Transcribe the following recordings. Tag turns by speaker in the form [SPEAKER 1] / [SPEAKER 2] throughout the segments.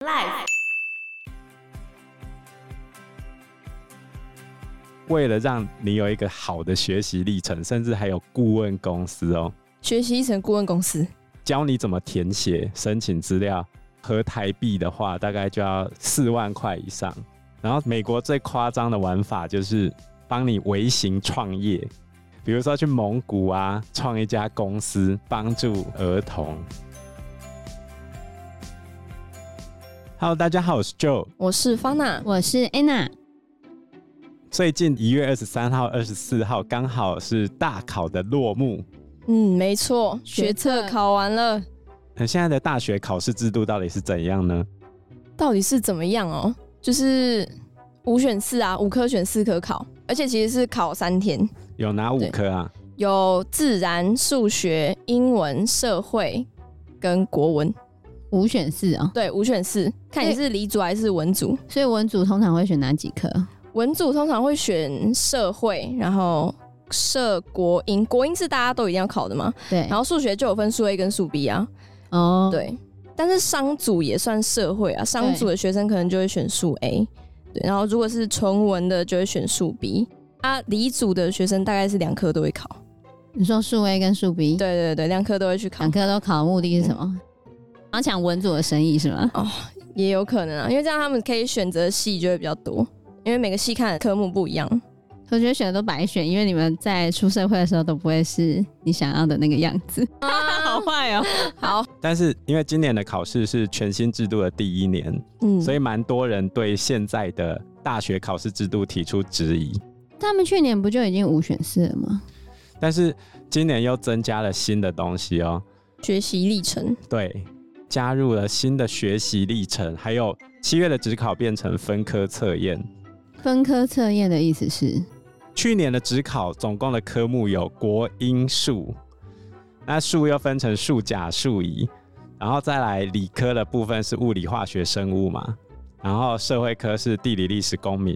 [SPEAKER 1] Life
[SPEAKER 2] 为了让你有一个好的学习历程，甚至还有顾问公司哦，
[SPEAKER 3] 学习一层顾问公司，
[SPEAKER 2] 教你怎么填写申请资料。合台币的话，大概就要四万块以上。然后美国最夸张的玩法就是帮你微型创业，比如说去蒙古啊，创一家公司，帮助儿童。Hello，大家好，我是 Joe。
[SPEAKER 3] 我是方娜。
[SPEAKER 4] 我是 Anna，
[SPEAKER 2] 最近一月二十三号、二十四号刚好是大考的落幕。
[SPEAKER 3] 嗯，没错，学
[SPEAKER 4] 学测
[SPEAKER 3] 测考完了，
[SPEAKER 2] 那现在的大学考试制度到底是怎样呢？
[SPEAKER 3] 到底是怎么样哦？就是五选四啊，五科选四科考，而且其实是考三天，
[SPEAKER 2] 有哪五
[SPEAKER 3] 对
[SPEAKER 2] 科啊？
[SPEAKER 3] 有自然、数学、英文、社会跟国文。
[SPEAKER 4] 五选四哦，
[SPEAKER 3] 对，五选四，看你
[SPEAKER 4] 所
[SPEAKER 3] 是理组还是文组。
[SPEAKER 4] 所以文组通常会选哪几科？
[SPEAKER 3] 文组通常会选社会，然后社国英，国英是大家都一定要考的嘛。
[SPEAKER 4] 对，
[SPEAKER 3] 然后数学就有分数 A 跟数 B 啊。
[SPEAKER 4] 哦，，
[SPEAKER 3] 对，但是商组也算社会啊，商组的学生可能就会选数 A，对，然后如果是纯文的就会选数 B，啊，理组的学生大概是两科都会考，
[SPEAKER 4] 你说数 A 跟数 B，
[SPEAKER 3] 对，对对，两科都会去考
[SPEAKER 4] 两，科都考的目的是什么？想抢文组的生意是吗？
[SPEAKER 3] 也有可能啊，因为这样他们可以选择系就会比较多，因为每个系看的科目不一样，
[SPEAKER 4] 我觉得选的都白选，因为你们在出社会的时候都不会是你想要的那个样子。
[SPEAKER 3] 好
[SPEAKER 4] 坏哦，
[SPEAKER 3] 好，
[SPEAKER 2] 但是因为今年的考试是全新制度的第一年，
[SPEAKER 3] 嗯，
[SPEAKER 2] 所以蛮多人对现在的大学考试制度提出质疑。
[SPEAKER 4] 他们去年不就已经五选四了吗？
[SPEAKER 2] 但是今年又增加了新的东西哦，
[SPEAKER 3] 学习历程，
[SPEAKER 2] 对，加入了新的学习历程，还有七月的职考变成分科测验。
[SPEAKER 4] 分科测验的意思是，
[SPEAKER 2] 去年的职考总共的科目有国英数，那数又分成数甲、数乙，然后再来理科的部分是物理、化学、生物嘛，然后社会科是地理、历史、公民。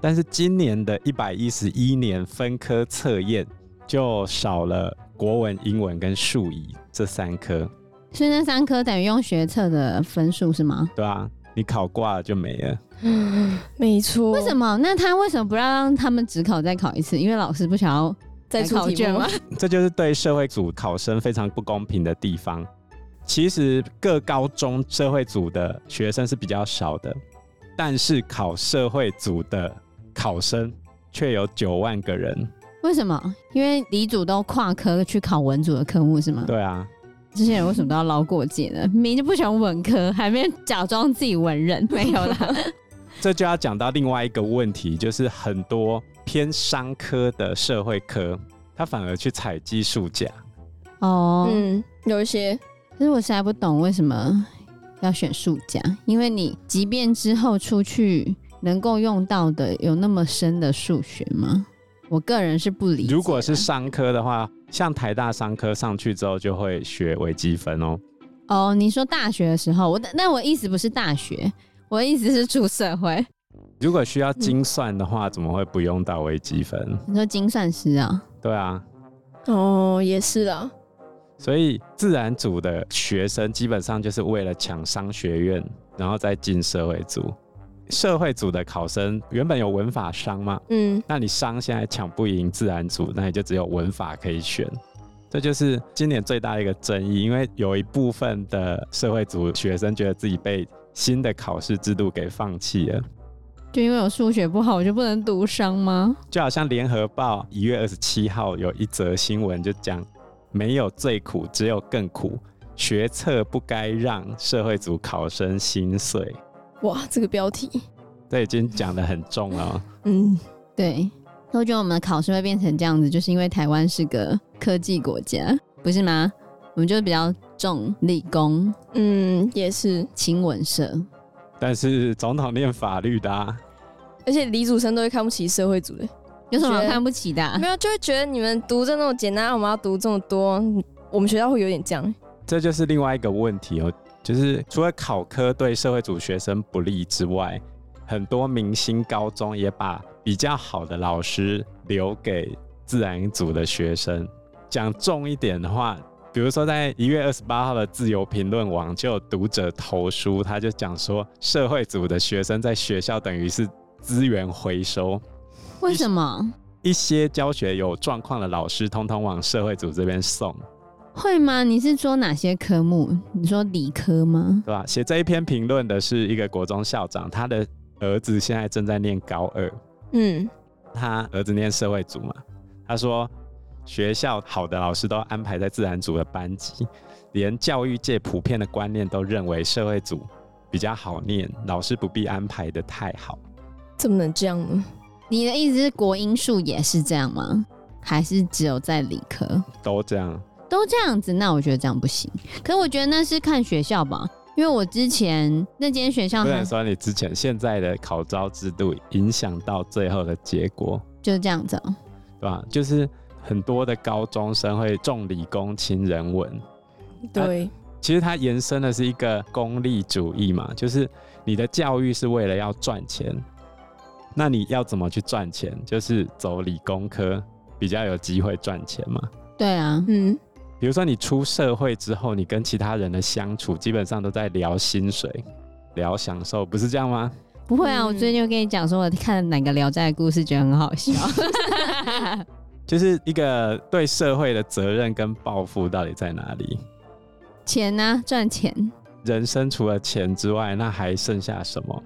[SPEAKER 2] 但是今年的一百一十一年分科测验就少了国文、英文跟数乙这三科，
[SPEAKER 4] 所以那三科等于用学测的分数是吗？
[SPEAKER 2] 对吧、你考挂了就没了。
[SPEAKER 3] 没错，
[SPEAKER 4] 为什么？那他为什么不让他们只考再考一次？因为老师不想要
[SPEAKER 3] 在
[SPEAKER 4] 改
[SPEAKER 3] 出
[SPEAKER 4] 考
[SPEAKER 3] 题
[SPEAKER 4] 卷
[SPEAKER 3] 目啊
[SPEAKER 4] 吗？？
[SPEAKER 2] 这就是对社会组考生非常不公平的地方。其实各高中社会组的学生是比较少的，但是考社会组的考生却有九万个人。
[SPEAKER 4] 为什么？因为理组都跨科去考文组的科目是吗？
[SPEAKER 2] 对啊，
[SPEAKER 4] 这些人为什么都要捞过界 呢？明明就不喜欢文科，还没假装自己文人，没有 啦。
[SPEAKER 2] 这就要讲到另外一个问题，就是很多偏商科的社会科，他反而去采基数甲。
[SPEAKER 4] 哦，
[SPEAKER 3] 嗯，有一些
[SPEAKER 4] 可是我实在不懂为什么要选数甲，因为你即便之后出去能够用到的有那么深的数学吗？我个人是不理解啦。
[SPEAKER 2] 如果是商科的话，像台大商科上去之后就会学微积分哦。
[SPEAKER 4] 哦，你说大学的时候，我的那我意思不是大学，我的意思是出社会。
[SPEAKER 2] 如果需要精算的话，怎么会不用到微积分？
[SPEAKER 4] 你说精算师啊、
[SPEAKER 2] 对啊，
[SPEAKER 3] 哦，也是啦，
[SPEAKER 2] 所以自然组的学生基本上就是为了抢商学院，然后再进社会组。社会组的考生原本有文法商嘛，
[SPEAKER 3] 嗯，
[SPEAKER 2] 那你商现在抢不赢自然组，那你就只有文法可以选。这就是今年最大的一个争议，因为有一部分的社会组学生觉得自己被新的考试制度给放弃了。
[SPEAKER 4] 就因为我数学不好，我就不能读商吗？
[SPEAKER 2] 就好像联合报一月二十七号有一则新闻，就讲没有最苦，只有更苦。学测不该让社会组考生心碎，
[SPEAKER 3] 哇，这个标题，
[SPEAKER 2] 这已经讲得很重了哦。
[SPEAKER 3] 嗯，
[SPEAKER 4] 对，所以我觉得我们的考试会变成这样子，就是因为台湾是个科技国家，不是吗？我们就比较重理工、
[SPEAKER 3] 嗯，也是，
[SPEAKER 4] 勤文社，
[SPEAKER 2] 但是总统念法律的、啊，
[SPEAKER 3] 而且理组生都会看不起社会组的，
[SPEAKER 4] 有什么好
[SPEAKER 3] 觉得
[SPEAKER 4] 看不起的啊、
[SPEAKER 3] 没有就会觉得你们读这么简单，我们要读这么多，我们学校会有点这样。
[SPEAKER 2] 这就是另外一个问题哦。就是除了考科对社会组学生不利之外，很多明星高中也把比较好的老师留给自然组的学生。讲重一点的话，比如说在一月二十八号的自由评论网就有读者投书，他就讲说，社会组的学生在学校等于是资源回收，
[SPEAKER 4] 为什么
[SPEAKER 2] 一些教学有状况的老师通通往社会组这边送，
[SPEAKER 4] 会吗？你是说哪些科目？你说理科吗？
[SPEAKER 2] 对吧？写这一篇评论的是一个国中校长，他的儿子现在正在念高二，
[SPEAKER 3] 嗯，
[SPEAKER 2] 他儿子念社会组嘛，他说学校好的老师都安排在自然组的班级，连教育界普遍的观念都认为社会组比较好念，老师不必安排的太好。
[SPEAKER 3] 怎么能这样呢？
[SPEAKER 4] 你的意思是国英数也是这样吗？还是只有在理科
[SPEAKER 2] 都这样，
[SPEAKER 4] 都这样子？那我觉得这样不行。可是我觉得那是看学校吧，因为我之前那间学校
[SPEAKER 2] 不
[SPEAKER 4] 它
[SPEAKER 2] 能说你之前现在的考招制度影响到最后的结果，
[SPEAKER 4] 就这样子、哦。
[SPEAKER 2] 对吧？就是很多的高中生会重理工轻人文，
[SPEAKER 3] 对，
[SPEAKER 2] 其实它延伸的是一个功利主义嘛，就是你的教育是为了要赚钱，那你要怎么去赚钱？就是走理工科比较有机会赚钱嘛。
[SPEAKER 4] 对啊，
[SPEAKER 3] 嗯，
[SPEAKER 2] 比如说你出社会之后，你跟其他人的相处基本上都在聊薪水、聊享受，不是这样吗？
[SPEAKER 4] 不会啊，
[SPEAKER 3] 嗯
[SPEAKER 4] 我最近就跟你讲说，我看哪个《聊斋》的故事，觉得很好笑。
[SPEAKER 2] 就是一个对社会的责任跟抱负到底在哪里？
[SPEAKER 4] 钱呢、赚钱，
[SPEAKER 2] 人生除了钱之外，那还剩下什么？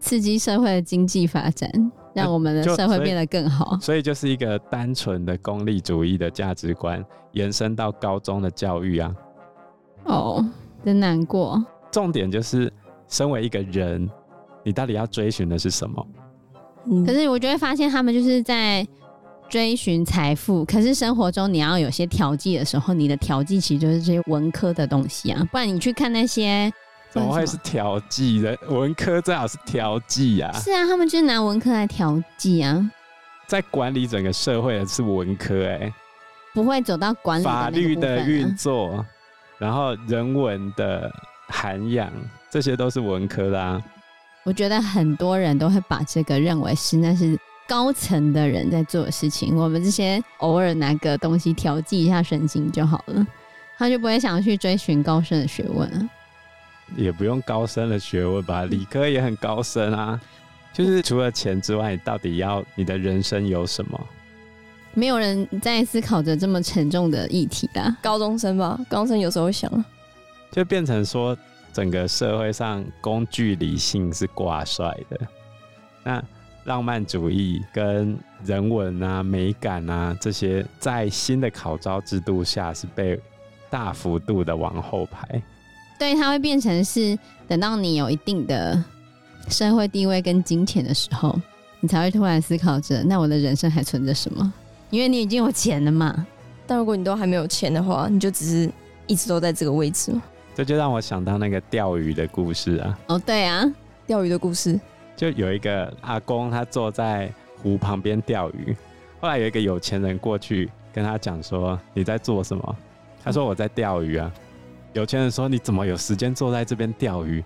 [SPEAKER 4] 刺激社会的经济发展，让我们的
[SPEAKER 2] 就
[SPEAKER 4] 社会
[SPEAKER 2] 所以
[SPEAKER 4] 变得更好。
[SPEAKER 2] 所以就是一个单纯的功利主义的价值观延伸到高中的教育啊。
[SPEAKER 4] 哦，真难过。
[SPEAKER 2] 重点就是，身为一个人，你到底要追寻的是什么？
[SPEAKER 4] 可
[SPEAKER 2] 嗯
[SPEAKER 3] 可是
[SPEAKER 4] 是我就会发现，他们就是在追寻财富，可是生活中你要有些调剂的时候，你的调剂其实就是这些文科的东西啊，不然你去看那些。
[SPEAKER 2] 怎么
[SPEAKER 4] 不然
[SPEAKER 2] 会
[SPEAKER 4] 什
[SPEAKER 2] 是调剂的？文科最好是调剂啊，
[SPEAKER 4] 是啊，他们就是拿文科来调剂啊，
[SPEAKER 2] 在管理整个社会的是文科、欸，
[SPEAKER 4] 不会走到管
[SPEAKER 2] 哎，
[SPEAKER 4] 理的
[SPEAKER 2] 法
[SPEAKER 4] 那个
[SPEAKER 2] 律
[SPEAKER 4] 部分
[SPEAKER 2] 的
[SPEAKER 4] 啊
[SPEAKER 2] 运作，然后人文的涵养，这些都是文科啦、
[SPEAKER 4] 我觉得很多人都会把这个认为是那是高层的人在做的事情，我们这些偶尔拿个东西调剂一下神经就好了，他就不会想去追寻高深的学问啊。
[SPEAKER 2] 也不用高深的学问吧，理科也很高深啊。就是除了钱之外，你到底要你的人生有什么？
[SPEAKER 4] 没有人在思考着这么沉重的议题啦。
[SPEAKER 3] 高中生吧，高中生有时候会想，啊
[SPEAKER 2] 就变成说，整个社会上工具理性是挂帅的，那浪漫主义跟人文啊、美感啊这些，在新的考招制度下是被大幅度的往后排。
[SPEAKER 4] 对，它会变成是等到你有一定的社会地位跟金钱的时候，你才会突然思考着，那我的人生还存着什么？因为你已经有钱了嘛。
[SPEAKER 3] 但如果你都还没有钱的话，你就只是一直都在这个位置嘛。
[SPEAKER 2] 这就让我想到那个钓鱼的故事啊，
[SPEAKER 4] 哦，对啊，
[SPEAKER 3] 钓鱼的故事，
[SPEAKER 2] 就有一个阿公，他坐在湖旁边钓鱼。后来有一个有钱人过去跟他讲说：“你在做什么？”他说：“我在钓鱼啊。”有钱人说：“你怎么有时间坐在这边钓鱼？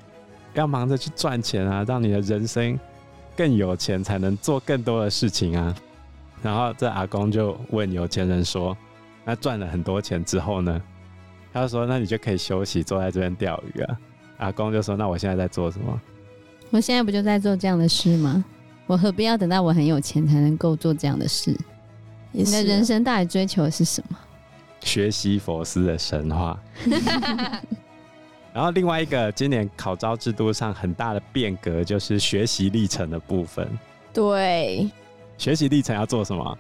[SPEAKER 2] 要忙着去赚钱啊，让你的人生更有钱，才能做更多的事情啊。”然后这阿公就问有钱人说：“那赚了很多钱之后呢？”他就说：“那你就可以休息，坐在这边钓鱼啊。”阿公就说：“那我现在在做什么？”
[SPEAKER 4] 我现在不就在做这样的事吗？我何必要等到我很有钱才能够做这样的事？
[SPEAKER 3] 也
[SPEAKER 4] 你
[SPEAKER 3] 是啊
[SPEAKER 4] 的人生到底追求的是什 么？
[SPEAKER 2] 学习佛斯的神话。然后另外一个今年考招制度上很大的变革就是学习历程的部分。
[SPEAKER 3] 对。
[SPEAKER 2] 学习历程要做什么？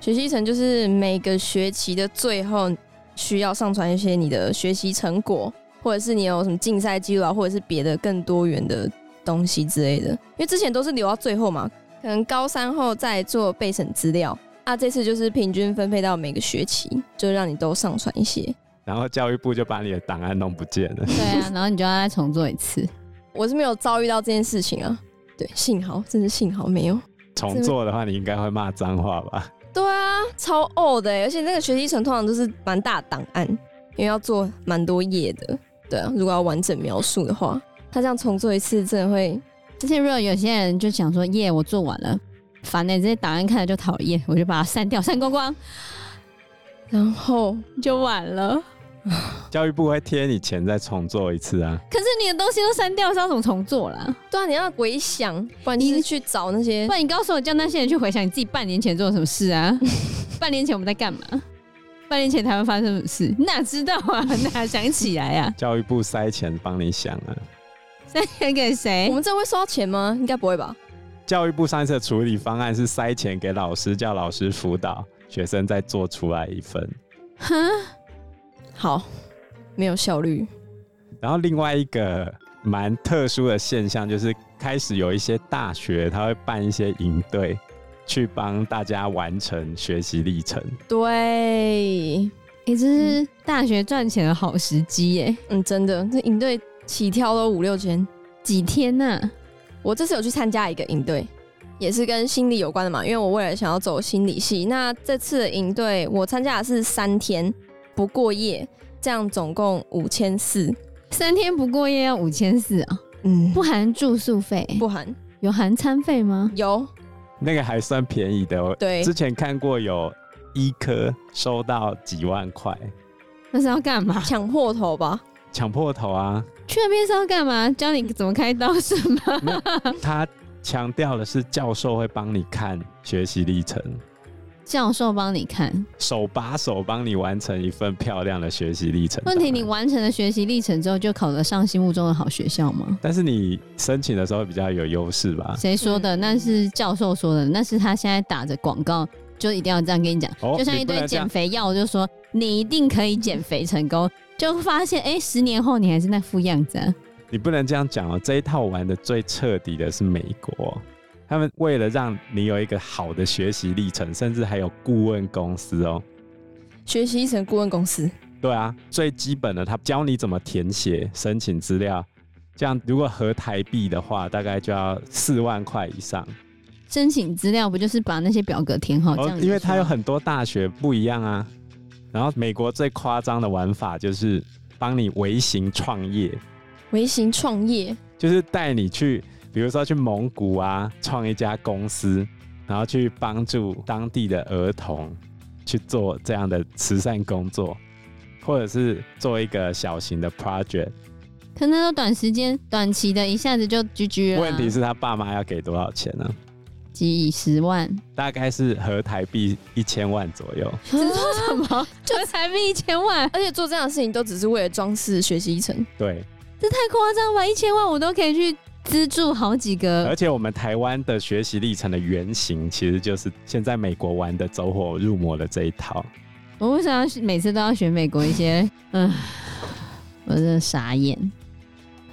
[SPEAKER 3] 学习层就是每个学期的最后需要上传一些你的学习成果，或者是你有什么竞赛记录啊，或者是别的更多元的东西之类的。因为之前都是留到最后嘛，可能高三后再做备审资料啊，这次就是平均分配到每个学期，就让你都上传一些。
[SPEAKER 2] 然后教育部就把你的档案弄不见了。
[SPEAKER 4] 对啊，然后你就要再重做一次。
[SPEAKER 3] 我是没有遭遇到这件事情啊，对，幸好真是幸好没有。
[SPEAKER 2] 重做的话，你应该会骂脏话吧？
[SPEAKER 3] 对啊，超 old 的欸，而且那个学习层通常都是蛮大档案，因为要做蛮多页的。对啊，如果要完整描述的话，他这样重做一次真的会，
[SPEAKER 4] 而且如果有些人就想说，耶，我做完了，烦欸呢、这些档案看了就讨厌，我就把它删掉，删光光
[SPEAKER 3] 然后
[SPEAKER 4] 就完了。
[SPEAKER 2] 教育部会贴你钱再重做一次啊。
[SPEAKER 4] 可是你的东西都删掉，是要怎么重做啦？
[SPEAKER 3] 对啊，你要回想，不然就是去找那些哎
[SPEAKER 4] 不然你告诉我，叫那些人去回想你自己半年前做了什么事 啊？半年前我们在干嘛？半年前台湾发生什么事？哪知道啊？ 哪想起来 啊？
[SPEAKER 2] 教育部塞钱帮你想啊。
[SPEAKER 4] 塞钱给谁
[SPEAKER 3] 我？们这会收到钱吗？应该不会吧？
[SPEAKER 2] 教育部上一次的处理方案是塞钱给老师，叫老师辅导学生再做出来一份。
[SPEAKER 4] 哈，
[SPEAKER 3] 好，哎没有效率。
[SPEAKER 2] 然后另外一个蛮特殊的现象就是，开始有一些大学他会办一些营队，去帮大家完成学习历程。
[SPEAKER 3] 对，
[SPEAKER 4] 也、这是大学赚钱的好时机耶、
[SPEAKER 3] 嗯，真的，这营队起跳都五六千。
[SPEAKER 4] 几天呐、
[SPEAKER 3] 我这次有去参加一个营队，也是跟心理有关的嘛，因为我为了想要走心理系。那这次的营队我参加的是三天不过夜，这样总共五千四。
[SPEAKER 4] 三天不过夜要五千四啊，
[SPEAKER 3] 嗯，
[SPEAKER 4] 不含住宿费，
[SPEAKER 3] 不含
[SPEAKER 4] 有含餐费吗？
[SPEAKER 3] 有
[SPEAKER 2] 那个还算便宜的，我
[SPEAKER 3] 对
[SPEAKER 2] 之前看过有医科收到几万块，
[SPEAKER 4] 那是要干嘛？
[SPEAKER 3] 抢破头吧？
[SPEAKER 2] 抢破头啊！
[SPEAKER 4] 去那边是要干嘛？教你怎么开刀是吗？
[SPEAKER 2] 他强调的是教授会帮你看学习历程，
[SPEAKER 4] 教授帮你看。
[SPEAKER 2] 手把手帮你完成一份漂亮的学习历程。
[SPEAKER 4] 问题
[SPEAKER 2] 当然
[SPEAKER 4] 你完成了学习历程之后，就考得上心目中的好学校吗？
[SPEAKER 2] 但是你申请的时候比较有优势吧？
[SPEAKER 4] 谁说的？
[SPEAKER 3] 嗯
[SPEAKER 4] 那是教授说的，那是他现在打着广告，就一定要这样跟你讲。
[SPEAKER 2] 哦
[SPEAKER 4] 就像一
[SPEAKER 2] 你不
[SPEAKER 4] 堆
[SPEAKER 2] 能这样
[SPEAKER 4] 减肥药，就说你一定可以减肥成功，就发现哎、十年后你还是那副样子、啊。
[SPEAKER 2] 你不能这样讲哦。这一套玩的最彻底的是美国，他们为了让你有一个好的学习历程，甚至还有顾问公司哦。
[SPEAKER 3] 学习一层顾问公司，
[SPEAKER 2] 对啊，最基本的，他教你怎么填写申请资料。这样如果合台币的话，大概就要四万块以上。
[SPEAKER 4] 申请资料不就是把那些表格填好哦这样子就行了？
[SPEAKER 2] 哦因为它有很多大学不一样啊。然后美国最夸张的玩法就是帮你微型创业，
[SPEAKER 3] 微型创业，
[SPEAKER 2] 就是带你去，比如说去蒙古啊，创一家公司，然后去帮助当地的儿童去做这样的慈善工作，或者是做一个小型的 project。
[SPEAKER 4] 可能都短时间、短期的，一下子就 GG 了啊。
[SPEAKER 2] 问题是他爸妈要给多少钱呢、
[SPEAKER 4] 几十万，
[SPEAKER 2] 大概是合台币一千万左右。
[SPEAKER 4] 这是什么？ 就才币一千万，
[SPEAKER 3] 而且做这样的事情都只是为了装饰学习一层。
[SPEAKER 2] 对，
[SPEAKER 4] 这太夸张吧！一千万我都可以去资助好几个
[SPEAKER 2] 而且我们台湾的学习历程的原型，其实就是现在美国玩的走火入魔的这一套。
[SPEAKER 4] 我为什么要每次都要选美国一些？嗯，我真的傻眼。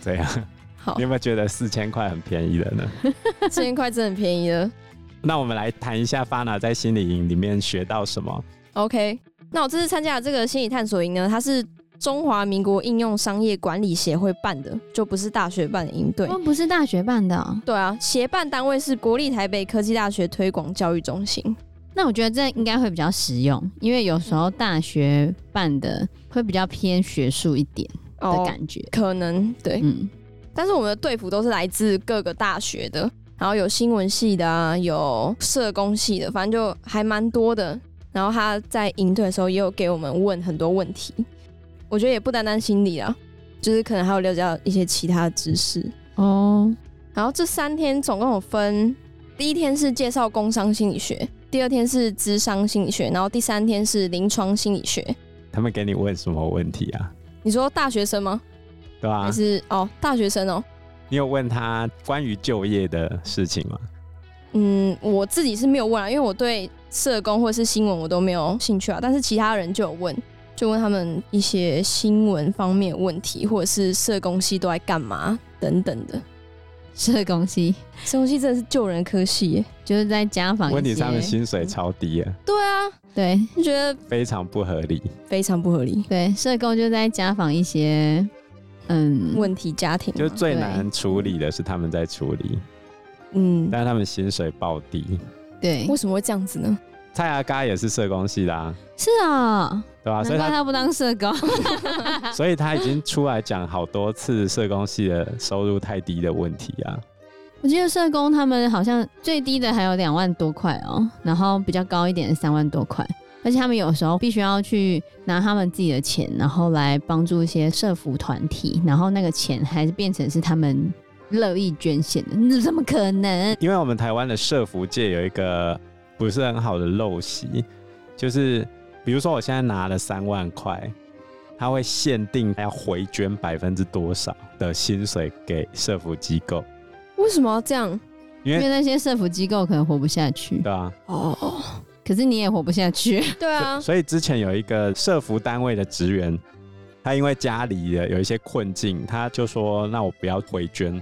[SPEAKER 2] 这样，
[SPEAKER 3] 好
[SPEAKER 2] 你，有没有觉得四千块很便宜了呢？
[SPEAKER 3] 四千块真的很便宜了。
[SPEAKER 2] 那我们来谈一下 Fana 在心理营里面学到什么。
[SPEAKER 3] OK，那我这次参加的这个心理探索营呢，它是中华民国应用商业管理协会办的，就不是大学办的营队。
[SPEAKER 4] 们不是大学办的哦、
[SPEAKER 3] 对啊，协办单位是国立台北科技大学推广教育中心。
[SPEAKER 4] 那我觉得这应该会比较实用，因为有时候大学办的会比较偏学术一点的感觉。
[SPEAKER 3] 哦可能对，
[SPEAKER 4] 嗯，
[SPEAKER 3] 但是我们的队服都是来自各个大学的，然后有新闻系的啊，有社工系的，反正就还蛮多的。然后他在营队的时候也有给我们问很多问题，我觉得也不单单心理啊，就是可能还有了解到一些其他的知识。
[SPEAKER 4] 哦，
[SPEAKER 3] 然后这三天总共有分，第一天是介绍工商心理学，第二天是智商心理学，然后第三天是临床心理学。
[SPEAKER 2] 他们给你问什么问题啊？
[SPEAKER 3] 你说大学生吗？
[SPEAKER 2] 对吧、
[SPEAKER 3] 还是哦大学生哦？
[SPEAKER 2] 你有问他关于就业的事情吗？
[SPEAKER 3] 嗯，我自己是没有问啊，因为我对社工或者是新闻我都没有兴趣啊。但是其他人就有问，就问他们一些新闻方面的问题，或者是社工系都在干嘛等等的。
[SPEAKER 4] 社工系
[SPEAKER 3] 社工系真的是救人科系耶。
[SPEAKER 4] 就是在家啊访一些
[SPEAKER 2] 问题他们薪水超低啊，
[SPEAKER 3] 对啊，
[SPEAKER 4] 对
[SPEAKER 3] 就觉得
[SPEAKER 2] 非常不合理。
[SPEAKER 4] 嗯
[SPEAKER 3] 非常不合理。
[SPEAKER 4] 对，社工就在家访一些嗯
[SPEAKER 3] 问题家庭啊
[SPEAKER 2] 就是
[SPEAKER 3] 嘛
[SPEAKER 2] 最难处理的是他们在处理，
[SPEAKER 3] 嗯，
[SPEAKER 2] 但是他们薪水暴低。
[SPEAKER 4] 对
[SPEAKER 3] 为什么会这样子呢？
[SPEAKER 2] 蔡阿嘎也是社工系的、啊，
[SPEAKER 4] 是啊、
[SPEAKER 2] 对吧、所
[SPEAKER 4] 难
[SPEAKER 2] 以
[SPEAKER 4] 怪
[SPEAKER 2] 他
[SPEAKER 4] 他不当社工。
[SPEAKER 2] 所以他已经出来讲好多次社工系的收入太低的问题啊。
[SPEAKER 4] 我记得社工他们好像最低的还有两万多块哦、然后比较高一点三万多块。而且他们有时候必须要去拿他们自己的钱，然后来帮助一些社服团体，然后那个钱还是变成是他们乐意捐献的，那怎么可能？
[SPEAKER 2] 因为我们台湾的社服界有一个不是很好的陋习，就是比如说我现在拿了三万块，他会限定要回捐百分之多少的薪水给社服机构，
[SPEAKER 3] 为什么要这样？
[SPEAKER 2] 因
[SPEAKER 4] 因为
[SPEAKER 2] 为
[SPEAKER 4] 那些社服机构可能活不下去
[SPEAKER 2] 对，吧、
[SPEAKER 3] 哦，
[SPEAKER 4] 可是你也活不下去。
[SPEAKER 3] 对啊，
[SPEAKER 2] 所以之前有一个社服单位的职员，他因为家里的有一些困境，他就说：“那我不要回捐。”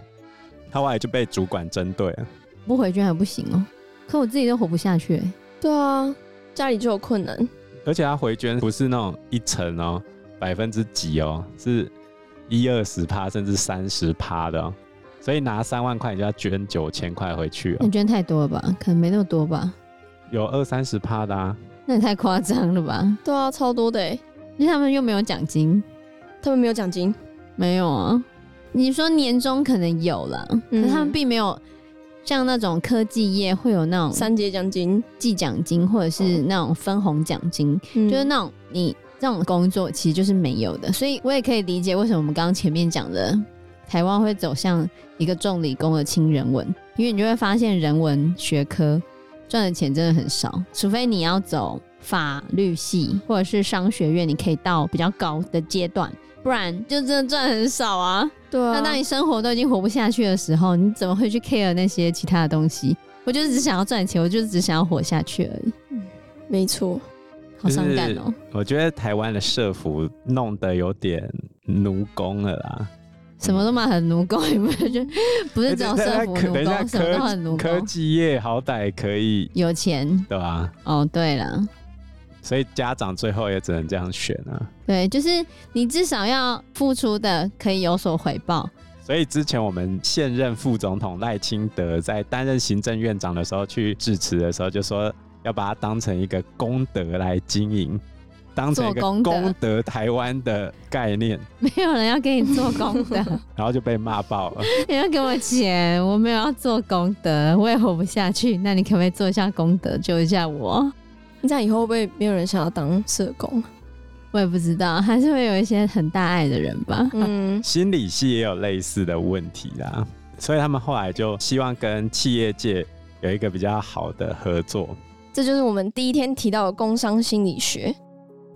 [SPEAKER 2] 他后来就被主管针对了。
[SPEAKER 4] 不回捐还不行哦、可我自己都活不下去、欸。
[SPEAKER 3] 对啊，家里就有困难，
[SPEAKER 2] 而且他回捐不是那种一层哦，百分之几哦，是一二十趴甚至三十趴的、哦，所以拿三万块你就要捐九千块回去哦
[SPEAKER 4] 你，捐太多了吧？可能没那么多吧？
[SPEAKER 2] 有二三十趴的啊。
[SPEAKER 4] 那也太夸张了吧？
[SPEAKER 3] 对啊，超多的欸，
[SPEAKER 4] 因为他们又没有奖金，
[SPEAKER 3] 他们没有奖金，
[SPEAKER 4] 没有啊。你说年终可能有了，
[SPEAKER 3] 嗯
[SPEAKER 4] 可是他们并没有像那种科技业会有那种
[SPEAKER 3] 三节奖金，
[SPEAKER 4] 季奖金，或者是那种分红奖金，
[SPEAKER 3] 就
[SPEAKER 4] 就是那种你这种工作其实就是没有的。所以我也可以理解为什么我们刚刚前面讲的台湾会走向一个重理工的轻人文，因为你就会发现人文学科赚的钱真的很少，除非你要走法律系或者是商学院，你可以到比较高的阶段，不然就真的赚很少啊。
[SPEAKER 3] 对啊，
[SPEAKER 4] 那当你生活都已经活不下去的时候，你怎么会去 care 那些其他的东西？我就是只想要赚钱，我就是只想要活下去而已，
[SPEAKER 3] 没错，
[SPEAKER 4] 好伤感哦、
[SPEAKER 2] 我觉得台湾的社服弄得有点奴工了啦。
[SPEAKER 4] 什么都嘛很奴工，你不是 觉得不是只有社服奴
[SPEAKER 2] 等一下
[SPEAKER 4] 工，什么都很奴
[SPEAKER 2] 科
[SPEAKER 4] 工。
[SPEAKER 2] 技业好歹可以
[SPEAKER 4] 有钱
[SPEAKER 2] 对吧、
[SPEAKER 4] 哦，对了，
[SPEAKER 2] 所以家长最后也只能这样选啊。
[SPEAKER 4] 对，就是你至少要付出的可以有所回报，
[SPEAKER 2] 所以之前我们现任副总统赖清德在担任行政院长的时候去致辞的时候，就说要把它当成一个功德来经营，当成一个
[SPEAKER 4] 做功德
[SPEAKER 2] 功德台湾的概念，
[SPEAKER 4] 没有人要给你做功德，
[SPEAKER 2] 然后就被骂爆了。
[SPEAKER 4] 你要给我钱，我没有要做功德，我也活不下去，那你可不可以做一下功德，救一下我？
[SPEAKER 3] 你这样以后会不会没有人想要当社工？
[SPEAKER 4] 我也不知道，还是会有一些很大爱的人吧。
[SPEAKER 3] 嗯，
[SPEAKER 2] 心理系也有类似的问题啦，所以他们后来就希望跟企业界有一个比较好的合作。
[SPEAKER 3] 这就是我们第一天提到的工商心理学。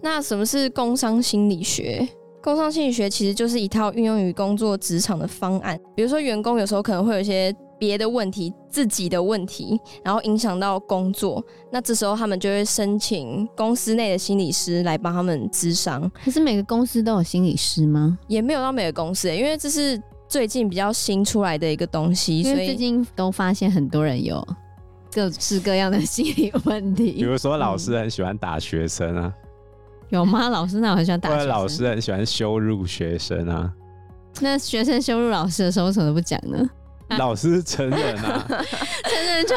[SPEAKER 3] 那什么是工商心理学？工商心理学其实就是一套运用于工作职场的方案，比如说员工有时候可能会有一些别的问题、自己的问题，然后影响到工作，那这时候他们就会申请公司内的心理师来帮他们咨商，
[SPEAKER 4] 可是每个公司都有心理师吗？
[SPEAKER 3] 也没有到每个公司、因为这是最近比较新出来的一个东西，
[SPEAKER 4] 因
[SPEAKER 3] 所
[SPEAKER 4] 为最
[SPEAKER 3] 以
[SPEAKER 4] 近都发现很多人有各式各样的心理问
[SPEAKER 2] 比
[SPEAKER 4] 题。
[SPEAKER 2] 如说，老师很喜欢打学生啊，
[SPEAKER 4] 有吗？老师那我很喜嗯欢打
[SPEAKER 2] 或
[SPEAKER 4] 学生
[SPEAKER 2] 者老师很喜欢羞辱学生 啊，
[SPEAKER 4] 那学生羞辱老师的时候，为什么都不讲呢？啊
[SPEAKER 2] 老师是成人啊。
[SPEAKER 4] 真的就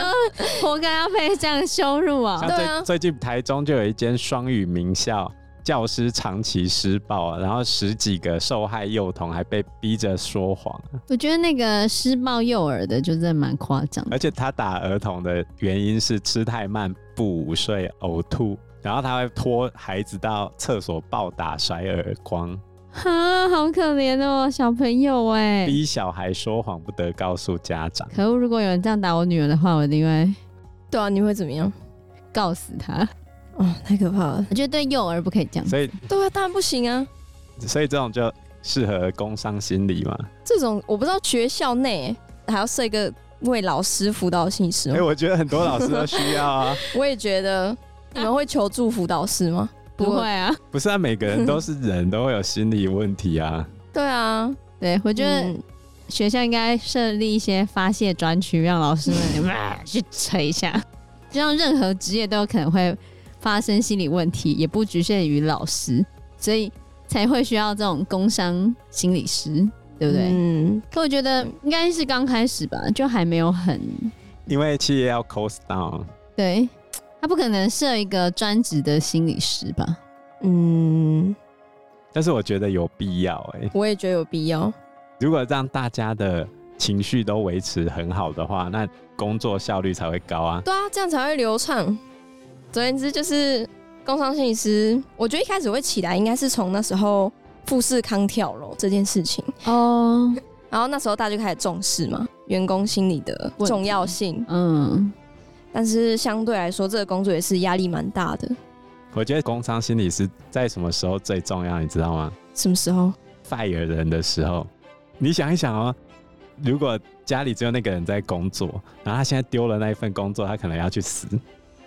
[SPEAKER 4] 活该要被这样羞辱啊、
[SPEAKER 2] 像
[SPEAKER 3] 对
[SPEAKER 2] 最、
[SPEAKER 3] 啊
[SPEAKER 2] 最近台中就有一间双语名校，教师长期施暴，啊然后十几个受害幼童还被逼着说谎，啊
[SPEAKER 3] 嗯
[SPEAKER 4] 我觉得那个施暴幼儿的就真的蛮夸张的
[SPEAKER 2] 而且他打儿童的原因是吃太慢、不午睡、呕吐，然后他会拖孩子到厕所暴打、甩耳光，
[SPEAKER 4] 啊，好可怜哦，小朋友哎、
[SPEAKER 2] 逼小孩说谎不得告诉家长。
[SPEAKER 4] 可恶！如果有人这样打我女儿的话，我一定会
[SPEAKER 3] 对啊，你会怎么样？
[SPEAKER 4] 告死他。
[SPEAKER 3] 哦，太可怕了。
[SPEAKER 4] 我觉得对幼儿不可以这样。
[SPEAKER 2] 所以，
[SPEAKER 3] 对啊，当然不行啊。
[SPEAKER 2] 所以这种就适合工伤心理嘛？
[SPEAKER 3] 这种我不知道学校内还要设一个为老师辅导心理师
[SPEAKER 2] 哎、
[SPEAKER 3] 吗，
[SPEAKER 2] 我觉得很多老师都需要啊。
[SPEAKER 3] 我也觉得你们会求助辅导师吗？
[SPEAKER 4] 不
[SPEAKER 3] 如果
[SPEAKER 4] 会。啊，
[SPEAKER 2] 不是啊，每个人都是人，都会有心理问题啊。
[SPEAKER 3] 对啊，
[SPEAKER 4] 对我
[SPEAKER 3] 我
[SPEAKER 4] 觉得学校应该设立一些发泄专区，让老 师们啊去捶一下。就像任何职业都有可能会发生心理问题，也不局限于老师，所以才会需要这种工伤心理师，对不对？
[SPEAKER 3] 嗯，
[SPEAKER 4] 可我觉得应该是刚开始吧，就还没有很
[SPEAKER 2] 因为企业要 cost down，
[SPEAKER 4] 对，他不可能设一个专职的心理师吧？
[SPEAKER 3] 嗯，
[SPEAKER 2] 但是我觉得有必要哎、
[SPEAKER 3] 我也觉得有必要。
[SPEAKER 2] 如果让大家的情绪都维持很好的话，那工作效率才会高啊。
[SPEAKER 3] 对啊，这样才会流畅。总而言之，就是工商心理师，我觉得一开始会起来，应该是从那时候富士康跳楼这件事情，
[SPEAKER 4] 哦，
[SPEAKER 3] 然后那时候大家就开始重视嘛，员工心理的
[SPEAKER 4] 问题
[SPEAKER 3] 重要性。
[SPEAKER 4] 嗯，
[SPEAKER 3] 但是相对来说，这个工作也是压力蛮大的。
[SPEAKER 2] 我觉得工商心理师在什么时候最重要，你知道吗
[SPEAKER 3] 什么时候？
[SPEAKER 2] ？fire 人的时候，你想一想哦，如果家里只有那个人在工作，然后他现在丢了那一份工作，他可能要去死。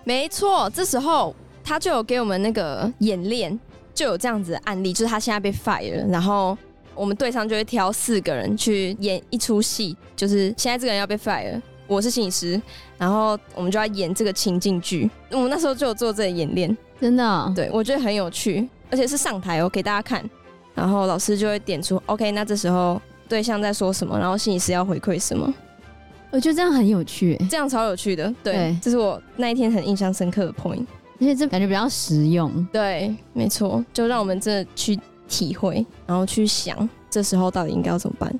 [SPEAKER 3] 没错，这时候他就有给我们那个演练，就有这样子的案例，就是他现在被 fire，了然后我们队上就会挑四个人去演一出戏，就是现在这个人要被 fire，我是心理师，然后我们就要演这个情境剧。我们那时候就有做这个演练，
[SPEAKER 4] 真的哦、
[SPEAKER 3] 对我觉得很有趣，而且是上台哦给大家看，然后老师就会点出 OK，那这时候对象在说什么，然后心理师要回馈什么，
[SPEAKER 4] 我觉得这样很有趣耶，
[SPEAKER 3] 这样超有趣的。对，
[SPEAKER 4] 对
[SPEAKER 3] 这是我那一天很印象深刻的 point。
[SPEAKER 4] 而且这感觉比较实用。
[SPEAKER 3] 对，没错，就让我们真的去体会，然后去想这时候到底应该要怎么办。